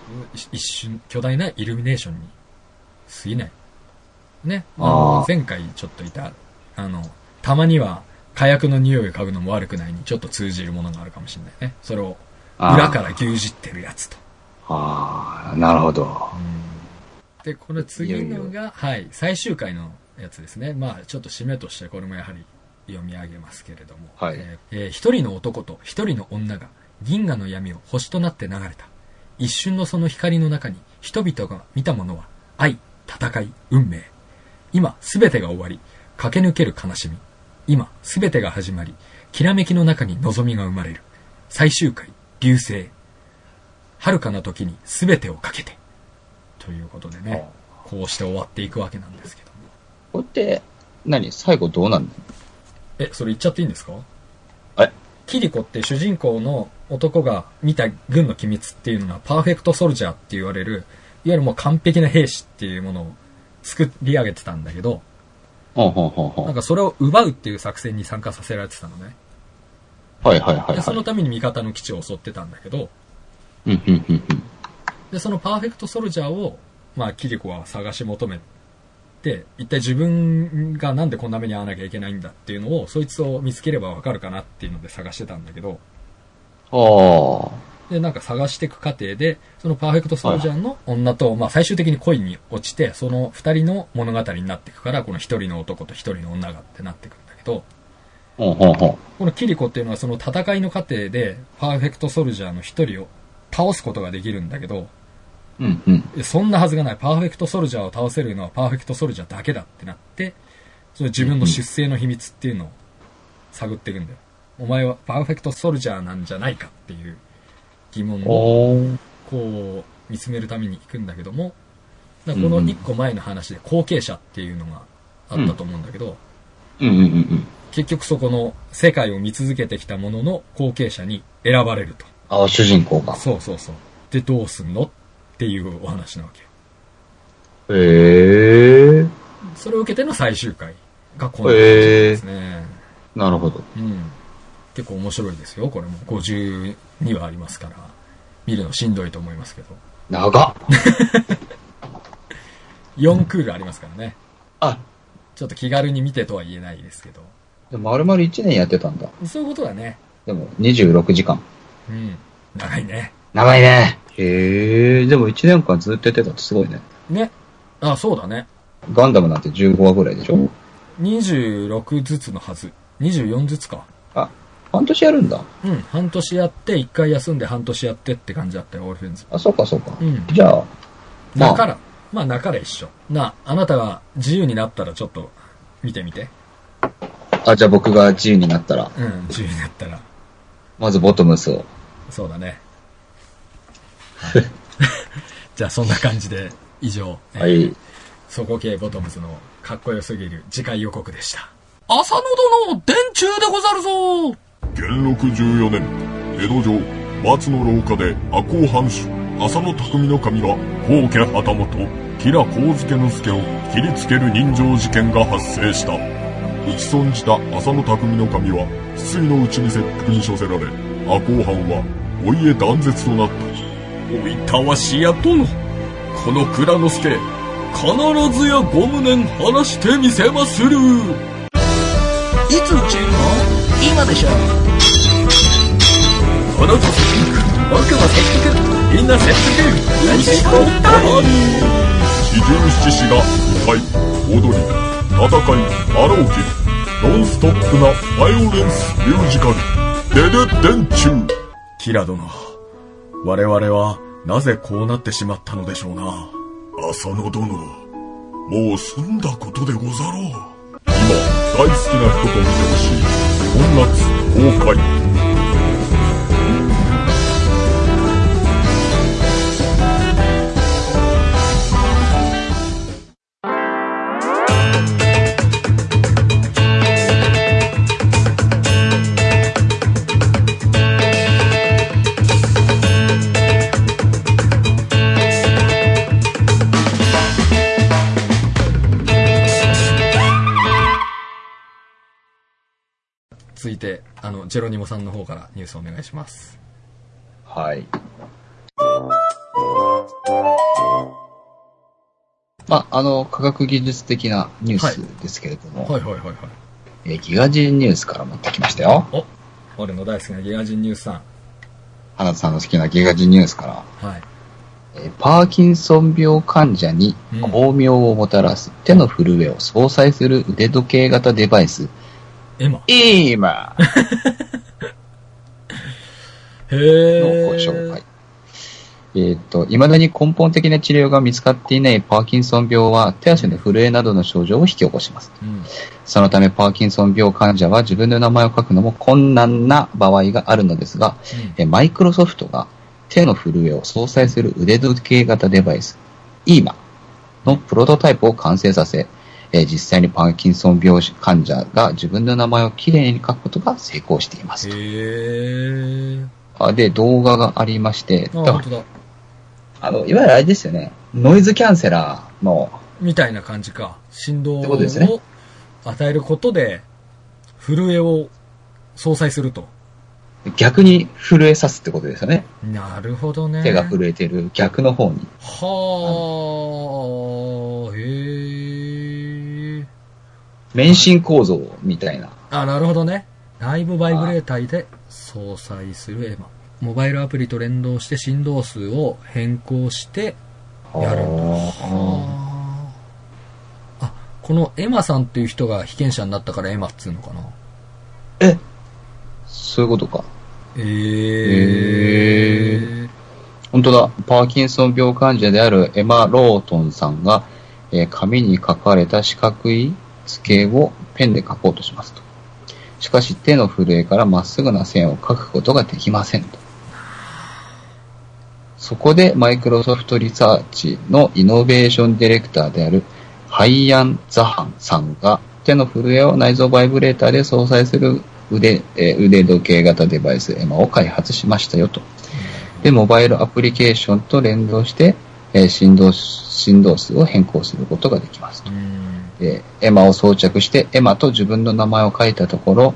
S1: 一瞬、巨大なイルミネーションに過ぎない。ね。あの
S2: あー
S1: 前回ちょっといた、あの、たまには火薬の匂いを嗅ぐのも悪くないにちょっと通じるものがあるかもしれないね。それを
S2: あ。
S1: 裏から牛耳ってるやつと。
S2: ああ、なるほど。
S1: で、この次
S2: いよ
S1: の
S2: い
S1: が、はい、最終回のやつですね。まあ、ちょっと締めとしてこれもやはり読み上げますけれども。
S2: はい
S1: えーえー一人の男と一人の女が銀河の闇を星となって流れた。一瞬のその光の中に人々が見たものは愛、戦い、運命。今、すべてが終わり、駆け抜ける悲しみ。今、すべてが始まり、きらめきの中に望みが生まれる。最終回、流星。遥かな時にすべてをかけて。ということでね、こうして終わっていくわけなんですけど。
S2: これって、何最後どうなんの
S1: え、それ言っちゃっていいんですか
S2: え
S1: キリコって主人公の男が見た軍の機密っていうのがパーフェクトソルジャーって言われる、いわゆるもう完璧な兵士っていうものを作り上げてたんだけど、
S2: ほうほうほうほ
S1: なんかそれを奪うっていう作戦に参加させられてたのね。
S2: う。はいはいはい
S1: でその
S2: は
S1: ために味方の基地を襲ってたんだけど、
S2: い。うんうんうんうん。
S1: で、そのパーフェクトソルジャーを、まあ、キリコは探し求めて、一体自分がなんでこんな目に遭わなきゃいけないんだっていうのを、そいつを見つければわかるかなっていうので探してたんだけど、
S2: あ
S1: で、なんか探していく過程で、そのパーフェクトソルジャーの女と、まあ最終的に恋に落ちて、その二人の物語になっていくから、この一人の男と一人の女がってなってくるんだけど、
S2: あ。ほうほうほう。
S1: このキリコっていうのはその戦いの過程で、パーフェクトソルジャーの一人を倒すことができるんだけど、
S2: うんうん。
S1: いやそんなはずがない。パーフェクトソルジャーを倒せるのはパーフェクトソルジャーだけだってなって、その自分の出生の秘密っていうのを探っていくんだよ。お前はパーフェクトソルジャーなんじゃないかっていう疑問を
S2: おー。
S1: こう見つめるために行くんだけども、だからこの
S2: うんうん
S1: 一個前の話で後継者っていうのがあったと思うんだけど、
S2: うんうんうんうん。
S1: 結局そこの世界を見続けてきたものの後継者に選ばれると。
S2: ああ、主人公が。
S1: そうそうそう。で、どうすんのっていうお話なわけ。
S2: へえ。
S1: それを受けての最終回がこの感じですね。
S2: なるほど。
S1: うん。結構面白いですよ、これも。52はありますから。見るのしんどいと思いますけど。
S2: 長っ。
S1: 4クールありますからね。
S2: あ、
S1: ちょっと気軽に見てとは言えないですけど。
S2: でも丸々1年やってたんだ。
S1: そういうことだね。
S2: でも26時間。
S1: うん。長いね。
S2: 長いね。へえ。でも1年間ずっとやってたってすごいね。
S1: ね。あ、そうだね。
S2: ガンダムなんて15話ぐらいでしょ
S1: 26ずつのはず。24ずつか。
S2: あ、半年やるんだ。
S1: うん。半年やって、1回休んで半年やってって感じだったよ、オールフェンズ。
S2: あ、そうかそうか。
S1: うん
S2: じゃあ、まあ
S1: だから、まあ、なから一緒。な、あなたが自由になったらちょっと、見てみて。
S2: あ、じゃあ僕が自由になったら、
S1: うん、自由になったら。
S2: まずボトムスを。
S1: そうだ ね。じゃあそんな感じで、以上、えー
S2: はい。
S1: 走行系ボトムズのかっこよすぎる次回予告でした。浅野殿、電柱でござるぞ
S4: 元禄14年江戸城松の廊下で赤穂藩主浅野匠の神が高家旗本吉良上介之助を切りつける人情事件が発生した打ち損じた浅野匠の神は失意のうちに切腹に処せられ赤穂藩はお家断絶となったおいたわしや殿この蔵之助必ずやご無念晴らしてみせまする
S5: いつ宇宙の今でしょ
S4: この時僕も切腹みんな切腹何してこった四十七士が歌い踊り戦いあろうきノンストップなバイオレンスミュージカル「デデ電柱」キラ殿我々はなぜこうなってしまったのでしょうな浅野殿もう済んだことでござろう今大好きな人と見てほしい本夏公開
S1: 続いて、あの、ジェロニモさんの方からニュースお願いします。
S2: はい。まあ、あの、科学技術的なニュースですけれども、
S1: はいはいはいはい。
S2: えーギガジンニュースから持ってきましたよ。
S1: お俺の大好きなギガ人ニュースさ
S2: 花田さんの好きなギガジンニュースから、
S1: ん。はい。
S2: えーパーキンソン病患者に
S1: うん
S2: 巧妙をもたらす手の震えを相殺する腕時計型デバイス、
S1: エマ。
S2: イーマー
S1: へ
S2: の
S1: ー。
S2: ご紹介。えっと、未だに根本的な治療が見つかっていないパーキンソン病は手足の震えなどの症状を引き起こします。
S1: うん。
S2: そのためパーキンソン病患者は自分の名前を書くのも困難な場合があるのですが、えマイクロソフトが手の震えを相殺する腕時計型デバイス、イーマのプロトタイプを完成させ、えー実際にパーキンソン病患者が自分の名前をきれいに書くことが成功していますと。
S1: へえ。
S2: あで、動画がありまして、
S1: あ、
S2: だ
S1: 本当だ。
S2: あの、いわゆるあれですよね、ノイズキャンセラーの、
S1: みたいな感じか。振動
S2: ってことですね
S1: を与えることで、震えを相殺すると。
S2: 逆に震えさすってことですよね。
S1: なるほどね。
S2: 手が震えてる逆の方に。
S1: はあ、へえ。
S2: 免震構造みたいな。
S1: あ、なるほどね。内部バイブレーターで相殺するエマ。モバイルアプリと連動して振動数を変更して、やるんだはあ。あ、このエマさんっていう人が被験者になったからエマっつうのかな。
S2: そういうことか。
S1: え
S2: へ
S1: ー。
S2: 本当だ。パーキンソン病患者であるエマ・ロートンさんが、えー紙に書かれた四角い図形をペンで書こうとしますと。しかし手の震えからまっすぐな線を書くことができませんと。そこでマイクロソフトリサーチのイノベーションディレクターであるハイアン・ザハンさんが手の震えを内臓バイブレーターで相殺する腕,、えー腕時計型デバイスエマを開発しましたよと。で、モバイルアプリケーションと連動して、えー振動振動数を変更することができますと。
S1: うん
S2: でエマを装着して、エマと自分の名前を書いたところ、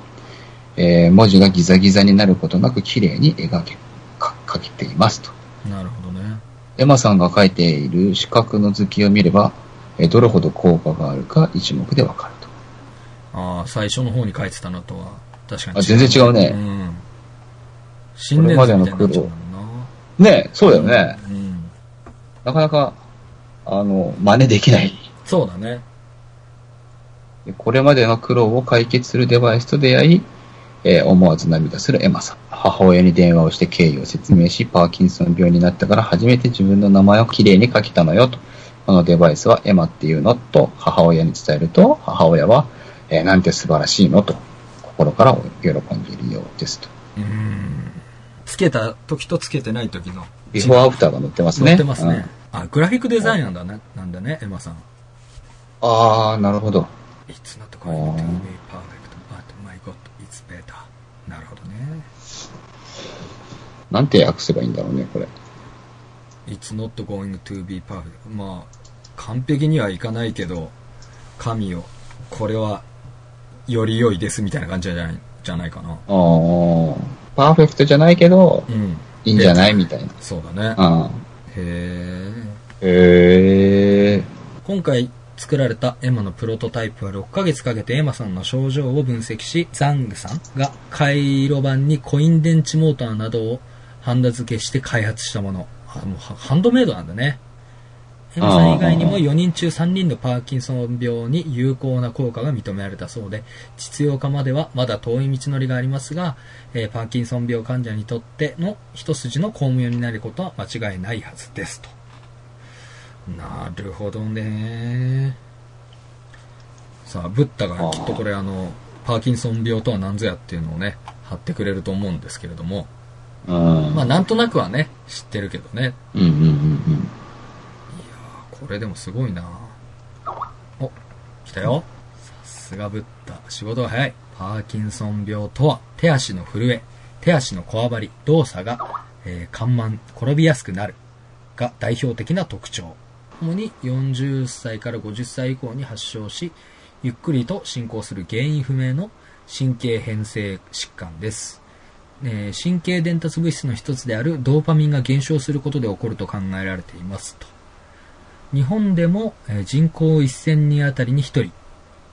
S2: えー文字がギザギザになることなく綺麗に描け、か描けていますと。
S1: なるほどね。
S2: エマさんが書いている四角の図形を見れば、えーどれほど効果があるか一目でわかると。
S1: ああ、最初の方に書いてたのとは、確かに
S2: あ全然違うね
S1: うん。死んでるみたいになっちゃうんだもん
S2: ねえ、そうだよね。
S1: な。うん。
S2: なかなか、あの、真似できない。
S1: そうだね。
S2: でこれまでの苦労を解決するデバイスと出会い、えー思わず涙するエマさん。母親に電話をして経緯を説明し、パーキンソン病になったから初めて自分の名前をきれいに書けたのよと。このデバイスはエマっていうのと母親に伝えると、母親は、えーなんて素晴らしいのと、心から喜んでいるようですと。
S1: うん。つけた時とつけてない時の。
S2: ビフォーアフターが載ってますね。
S1: 載ってます
S2: うん
S1: ね。あ、グラフィックデザイナーだね、なんだね、エマさん。
S2: あー、なるほど。
S1: It's not going to be perfect, but my God, it's better. なるほどね。
S2: なんて訳せばいいんだろうね、これ。
S1: It's not going to be perfect. まあ、完璧にはいかないけど、神よ、これは、より良いですみたいな感じじゃない、じゃないかな。
S2: あー、パーフェクトじゃないけど、
S1: うん。
S2: いいんじゃないみたい
S1: そうだね。
S2: な。うん。
S1: へえ。
S2: へえ。
S1: 今回作られたエマのプロトタイプは6ヶ月かけてエマさんの症状を分析し、ザングさんが回路板にコイン電池モーターなどをハンダ付けして開発したもの。あもうハハンドメイドなんだね。エマさん以外にも4人中3人のパーキンソン病に有効な効果が認められたそうで、実用化まではまだ遠い道のりがありますが、えーパーキンソン病患者にとっての一筋の公務用になることは間違いないはずですと。なるほどね。さあ、ブッダがきっとこれあの、パーキンソン病とは何ぞやっていうのをね、貼ってくれると思うんですけれども、
S2: うん。
S1: まあなんとなくはね、知ってるけどね。
S2: うんうんうん
S1: あこれでもすごいなお、来たよ。さすがブッダ。仕事が早い。パーキンソン病とは、手足の震え、手足のこわばり、動作が、えー、緩慢、転びやすくなる。が代表的な特徴。主に40歳から50歳以降に発症し、ゆっくりと進行する原因不明の神経変性疾患です。えー神経伝達物質の一つであるドーパミンが減少することで起こると考えられていますと。日本でもえー人口1000人あたりに1人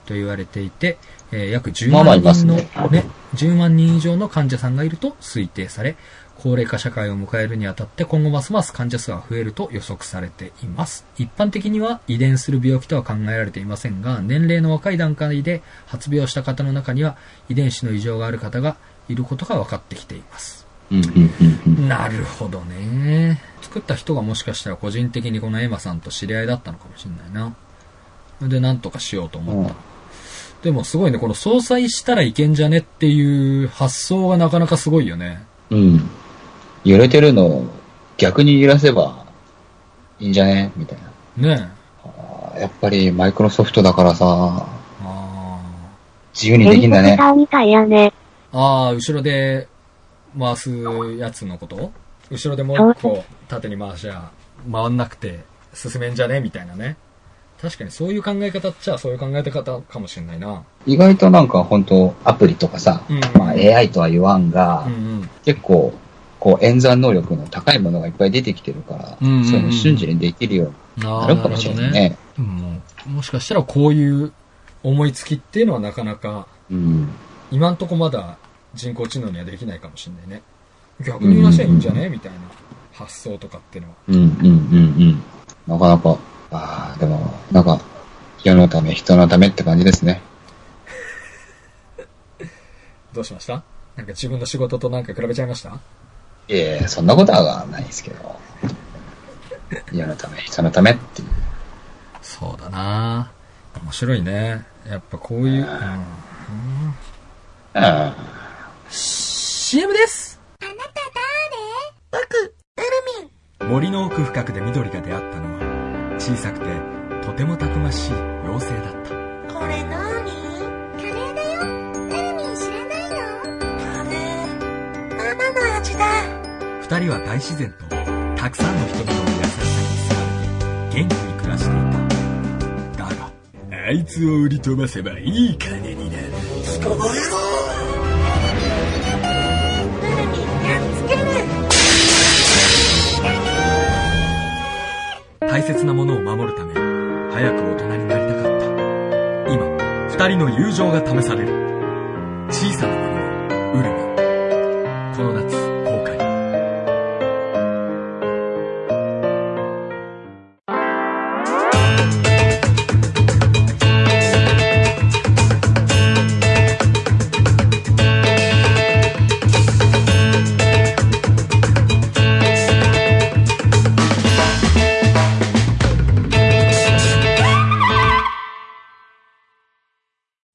S1: と言われていて、えー約10
S2: まあまあ
S1: 万
S2: いま
S1: 人
S2: す
S1: の、
S2: ね
S1: ね10万人以上の患者さんがいると推定され、高齢化社会を迎えるにあたって今後ますます患者数が増えると予測されています。一般的には遺伝する病気とは考えられていませんが、年齢の若い段階で発病した方の中には遺伝子の異常がある方がいることが分かってきています。
S2: うん。うんうんうん
S1: なるほどね。作った人がもしかしたら個人的にこのエマさんと知り合いだったのかもしれないな。で、なんとかしようと
S2: うん。
S1: 思
S2: う
S1: っ
S2: ん
S1: た。でもすごいね、この相殺したらいけんじゃねっていう発想がなかなかすごいよね。
S2: うん。揺れてるのを逆に揺らせばいいんじゃねみたいな。
S1: ねえ。
S2: やっぱりマイクロソフトだからさ、
S1: あ
S2: 自由にできんだ
S3: ヘ
S2: ね
S3: リコプタ。ーみたいやね。
S1: ーあー、後ろで回すやつのこと後ろでもう一個縦に回しゃ回んなくて進めんじゃねみたいなね。確かにそういう考え方っちゃそういう考え方かもしれないな。
S2: 意外となんか本当アプリとかさ、
S1: うん
S2: まあ AI とは言わんが、
S1: うんうん。
S2: 結構、こう演算能力の高いものがいっぱい出てきてるから、
S1: うんうんうん
S2: そういうの瞬時にできるように
S1: あ
S2: なるかもしれないね。。
S1: でももしかしたらこういう思いつきっていうのはなかなか
S2: うん。
S1: 今んとこまだ人工知能にはできないかもしれないね。逆に言わせばいいんじゃねみたいな発想とかってのは。
S2: うんうんうんうん。なかなか、ああ、でも、なんか、世のため、人のためって感じですね。
S1: どうしましたなんか自分の仕事となんか比べちゃいました
S2: いえいえ、そんなことはないですけど。世のため、人のためっていう。
S1: そうだな面白いね。やっぱこういう。
S2: うん。
S1: CM です
S6: 森の奥深くで緑が出会ったのは小さくてとてもたくましい妖精だった
S7: これなーにカレーだよエルミン知らないのカレーママの味だ
S6: 二人は大自然とたくさんの人々の優しさに救われて元気に暮らしていただがあいつを売り飛ばせばいい金になる
S7: エルミンやっつける
S6: 大切なものを守るため早く大人になりたかった今二人の友情が試される小さな国のウルミこの夏公開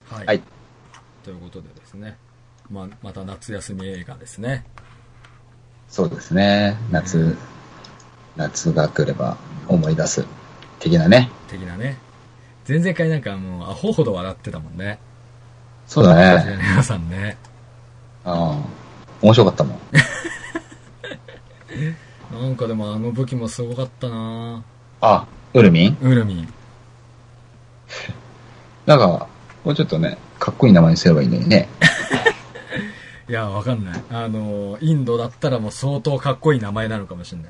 S1: はい。
S2: はい
S1: ということでですね。まあ、また夏休み映画ですね。
S2: そうですね。夏、夏が来れば思い出す。的なね。
S1: 的なね。前々回なんかもうアホほど笑ってたもんね。
S2: そうだ ね。
S1: 皆さんね。
S2: うん。面白かったもん。
S1: なんかでもあの武器もすごかったな
S2: あ、ウルミン
S1: ウルミン。
S2: なんか、もうちょっとね、かっこいい名前にすればいいのにね。
S1: いや、わかんない。あの、インドだったらもう相当かっこいい名前なのかもしれない。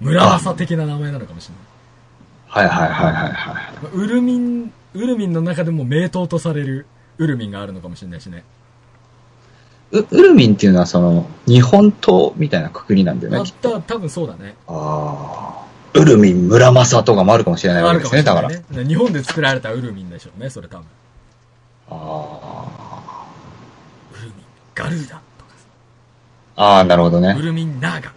S1: 村正的な名前なのかもしれない。
S2: はいはいはいはいはい。
S1: まあウルミン、ウルミンの中でも名刀とされるウルミンがあるのかもしれないしね。
S2: ウウルミンっていうのはその、日本刀みたいなくくりなんだよ
S1: あ
S2: ね、
S1: っ、
S2: きったと。
S1: 多分そうだね。
S2: ああ。ウルミン村正とかもあるかもしれないわけですね、だから。あ
S1: ね。日本で作られたウルミンでしょうね、それ多分。
S2: あ
S1: ウルミン、ガルーダとか
S2: ー。ああ、なるほど
S1: さ、ウ
S2: ね。
S1: ルミンナーガとか。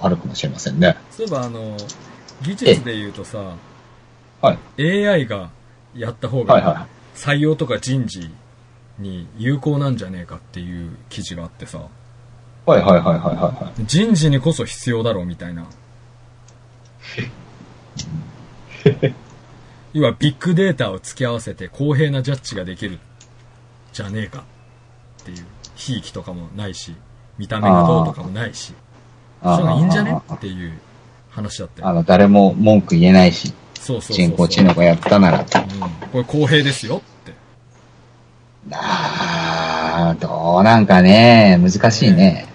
S2: あるかもしれませんね。
S1: そういえばあの、技術で言うとさ、
S2: はい。
S1: AI がやった方
S2: はいはいは
S1: が採用とか人事に有効なんじゃねえかっていう記事があってさ、
S2: い。はいはいはいはいはいはい。
S1: 人事にこそ必要だろうみたい な。要はビッグデータを突き合わせて公平なジャッジができるじゃねえかっていう、ひいきとかもないし、見た目がどうとかもないし、そう
S2: あ
S1: いうのいいんじゃね
S2: あ
S1: っていう話だった
S2: あ
S1: よ。
S2: の、誰も文句言えないし、
S1: そうそうそうそう。
S2: 人工知能がやったならと。
S1: うん。これ公平ですよって。
S2: ああ、どうなんかね、難しいね。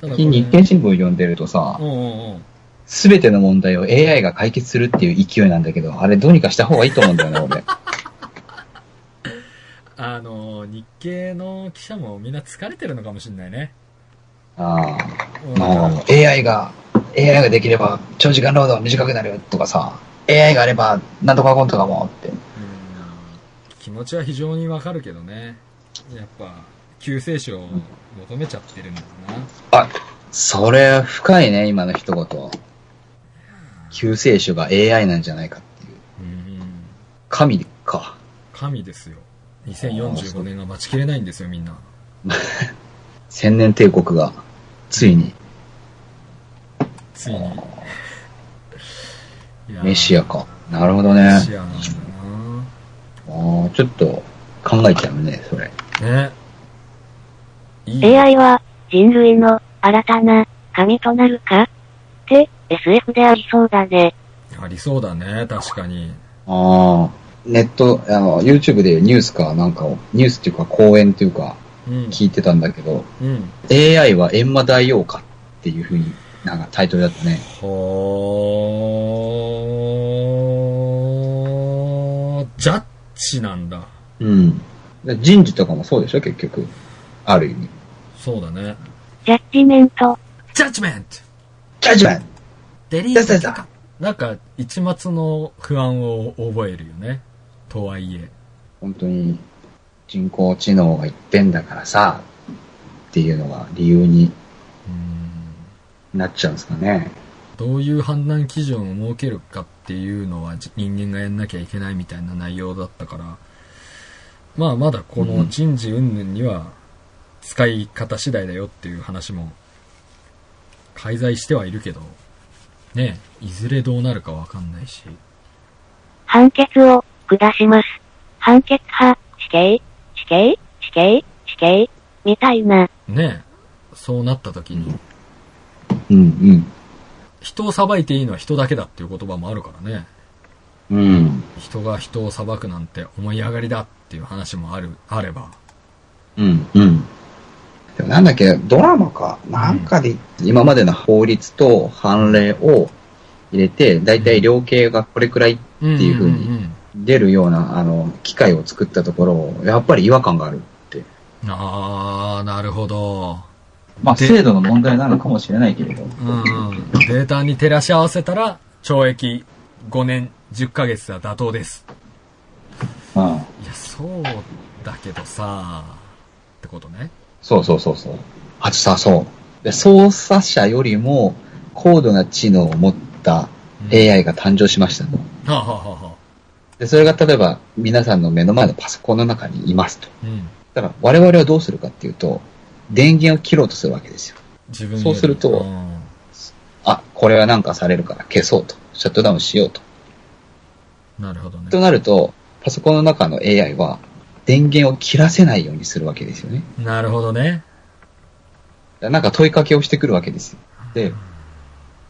S1: ただこれ
S2: 最近日経新聞を読んでるとさ
S1: う、んうんうん。
S2: すべての問題を AI が解決するっていう勢いなんだけど、あれどうにかした方がいいと思うんだよね、俺。
S1: あの、日系の記者もみんな疲れてるのかもしれないね。
S2: あ
S1: うん
S2: あ、もう AI が、AI ができれば長時間労働短くなるよとかさ、AI があればなんとかコンとかもって。
S1: うん気持ちは非常にわかるけどねやっぱ救世主を求めちゃってるんだな、
S2: あ、それ深いね、今の一言。救世主が AI なんじゃないかっていう。
S1: うん、
S2: 神か。
S1: 神ですよ2045年が待ちきれないんですよみんな
S2: 千年帝国が、ついに、
S1: ついに。いやー
S2: メシアか。なるほどね。
S1: メ
S2: あ
S1: シアなんだ
S2: ーちょっと考えちゃうね、それ。
S1: なね。いいね
S3: AI は人類の新たな神となるかって SF でありそうだね。
S1: ありそうだね、確かに。
S2: ああ、ネット、あの、YouTube でニュースかなんかを、ニュースっていうか講演っていうか
S1: うん。
S2: 聞いてたんだけど、
S1: うん。
S2: AI は閻魔大王かっていうふうになんかタイトルだったね。
S1: ほー、ジャッジなんだ。
S2: うん。人事とかもそうでしょ、結局。ある意味。
S1: そうだね。
S3: ジャッジメント。
S1: ジャッジメント
S2: ジャッジメント
S1: デリ
S2: ート許可
S1: なんか、一末の不安を覚えるよね。とはいえ。
S2: 本当に人工知能が言ってんだからさ、っていうのが理由に
S1: うん
S2: なっちゃうんですかね。
S1: どういう判断基準を設けるかっていうのはじ人間がやんなきゃいけないみたいな内容だったから、まあまだこの人事云々には使い方次第だよっていう話も介在してはいるけど、ねえ、いずれどうなるかわかんないし、
S3: 判決を下します。判決派、死刑、死刑、死刑、死刑、みたいな。
S1: ねえ、そうなった時に、
S2: うん、
S1: 人を裁いていいのは人だけだっていう言葉もあるからね、
S2: うん。うん。
S1: 人が人を裁くなんて思い上がりだっていう話もある、あれば、
S2: うん、うん。でもなんだっけ、ドラマか。なんかで、今までの法律と判例を入れて、だいたい量刑がこれくらい
S1: って
S2: ていう風に
S1: んうん
S2: 出るような、あの、機械を作ったところ、やっぱり違和感があるって。
S1: ああ、なるほど。
S8: まあ、制度の問題なのかもしれないけれど。
S1: うん、うん。データに照らし合わせたら、懲役5年10ヶ月は妥当です。
S8: うん。
S1: いや、そうだけどさ、ってことね。
S2: そうそうそうそう。あとさ、そう。で操作者よりも高度な知能を持った
S1: うん、
S2: AI が誕生しましたと。
S1: はあ、はあはあはあ、
S2: で、それが例えば皆さんの目の前のパソコンの中にいますと。
S1: うん。
S2: だから我々はどうするかっていうと、電源を切ろうとするわけですよ。
S1: 自分より
S2: そうすると
S1: うん
S2: あ、これはなんかされるから消そうと。シャットダウンしようと。
S1: なるほどね
S2: と。なると、パソコンの中の AI は電源を切らせないようにするわけですよね。
S1: なるほどね。
S2: だからなんか問いかけをしてくるわけですよ。で、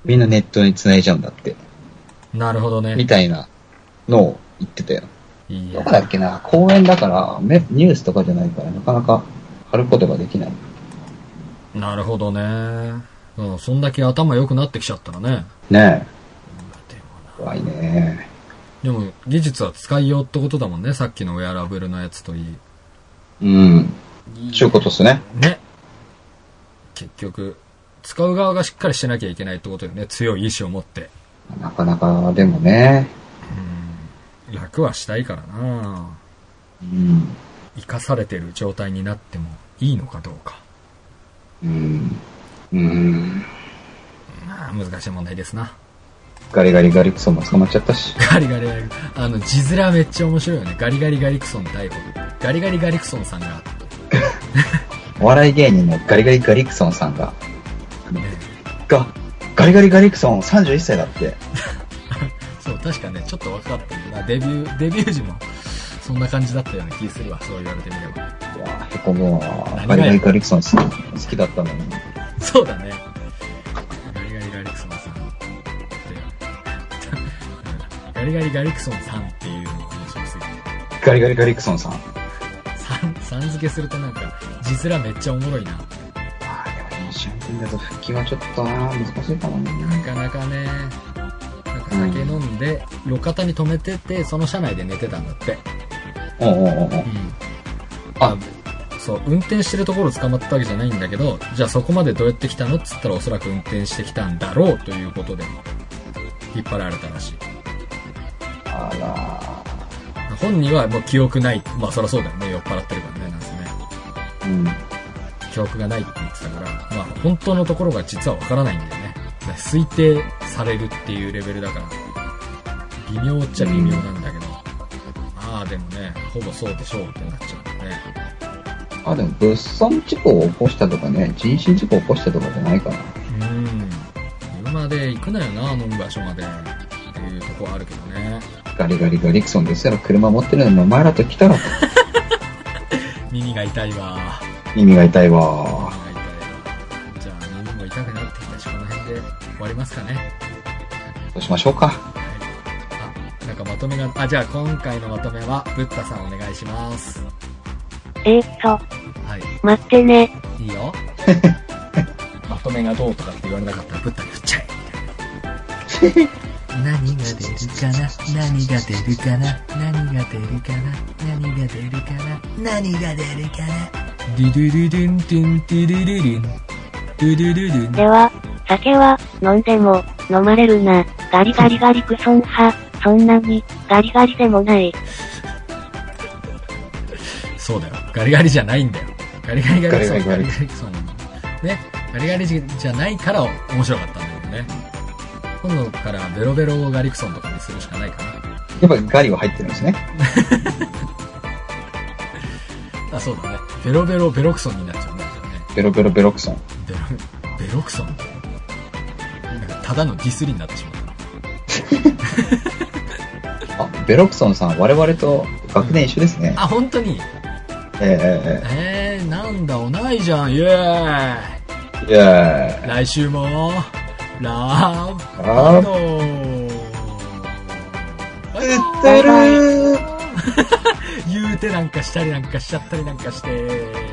S2: みんなネットに繋いじゃうんだって。
S1: なるほどね
S2: み。たいなのを言ってたよ。
S1: いい
S2: ど
S1: や
S2: こ。だっけな、公園だから、めニュースとかじゃないから、なかなか貼ることができない。
S1: なるほどね。うん、そんだけ頭良くなってきちゃったらね。
S2: ね
S1: でも
S2: え。怖いね
S1: でも、技術は使いようってことだもんね。さっきのウェアラブルのやつといい。
S2: うん。ちゅうことっすね。
S1: ね。結局、使う側がしっかりしてなきゃいけないってことよね。強い意志を持って。
S2: なかなか、でもね。
S1: うん。楽はしたいからな
S2: うん。
S1: 生かされてる状態になってもいいのかどうか。
S2: うん。うん。
S1: まあ、難しい問題ですな。
S2: ガリガリガリクソンも捕まっちゃったし。
S1: ガリガリガリ、あの、字面めっちゃ面白いよね。ガリガリガリクソン逮捕。ガリガリガリクソンさんが、
S2: お笑い芸人のガリガリガリクソンさんが、
S1: ね、
S2: が、ガリガリガリクソン31歳だって。
S1: そう、確かね、ちょっと若かったね。まあ、デビュー、デビュー時も、そんな感じだったような気するわ。そう言われてみれば。
S2: いやーへこむわ。ガリガリガリクソン好き好きだったのに。
S1: そうだね。ガリガリガリクソンさんって。うんガリガリガリクソンさんっていうのが面白すぎて。
S2: ガリガリガリクソンさん。
S1: さん、さん付けするとなんか、字面めっちゃおもろいな。
S2: あーでも飲酒運転だと腹筋はちょっとな難しいかも
S1: な
S2: ね。
S1: かなかね、なんか酒飲んで、路肩に止めてて、その車内で寝てたんだって。
S2: おうおうおうおう
S1: うん。
S2: あ、
S1: そう、運転してるところを捕まったわけじゃないんだけど、じゃあそこまでどうやって来たのっつったらおそらく運転してきたんだろうということで、引っ張られたらしい。
S2: あら
S1: 本人はもう記憶ない。まあそりゃそうだよね。酔っ払ってるからね。なんですね。
S2: ーうん。
S1: 記憶がないって言ってたから、まあ本当のところが実はわからないんだよね。だから推定されるっていうレベルだから、微妙っちゃ微妙なんだけど、まあでもね、ほぼそうでしょうってなっちゃうんだね。
S2: あ、でも物損事故を起こしたとかね、人身事故を起こしたとかじゃないかな。
S1: うん。まで行くなよな、飲む場所まで。っていうとこはあるけどね。
S2: ガリガリガリクソンですよ。車持ってるのにお前らと来たらと。
S1: 耳が痛いわ。
S2: 意味が痛いわ。
S1: 耳が痛いわ。じゃあ、耳も痛くなってきたし、この辺で終わりますかね。
S2: どうしましょうか。
S1: あ、なんかまとめが、あ、じゃあ今回のまとめは、ブッダさんお願いします。
S3: えーっと、
S1: はい。
S3: 待ってね。
S1: いいよ。まとめがどうとかって言われなかったらぶったに振っちゃえ。何が出るかな何が出るかな何が出るかな何が出るかな
S5: 何が出るかな
S1: ドゥドゥドゥドゥンドゥンドゥドゥドゥドゥンドゥドゥドゥドゥン
S3: では、酒は、飲んでも、飲まれるな。ガリガリガリクソン派、そんなに、ガリガリでもない。
S1: そうだよ。ガリガリじゃないんだよ。ガリガリガリそう
S2: ガリガリガリ
S1: ガリそうね。ガリガリじゃないから面白かったんだけどね。今度からベロベロをガリクソンとかにするしかないか
S2: やっぱガリは入ってるんですね。
S1: な。あ、そうだね。ベロベロベロクソンになっちゃうんだよね。
S2: ベロベロベロクソン。
S1: ベロ、ベロクソンって。なんかただのディスりになってしまった。
S2: あ、ベロクソンさん、我々と学年一緒ですね。
S1: あ、本当に
S2: えええ
S1: えー、なんだ、おないじゃん。イエー
S2: えええいや
S1: イ来週も、ラブ
S2: ーあー
S1: ド
S2: 売ってるー
S1: 言うてなんかしたりなんかしちゃったりなんかして。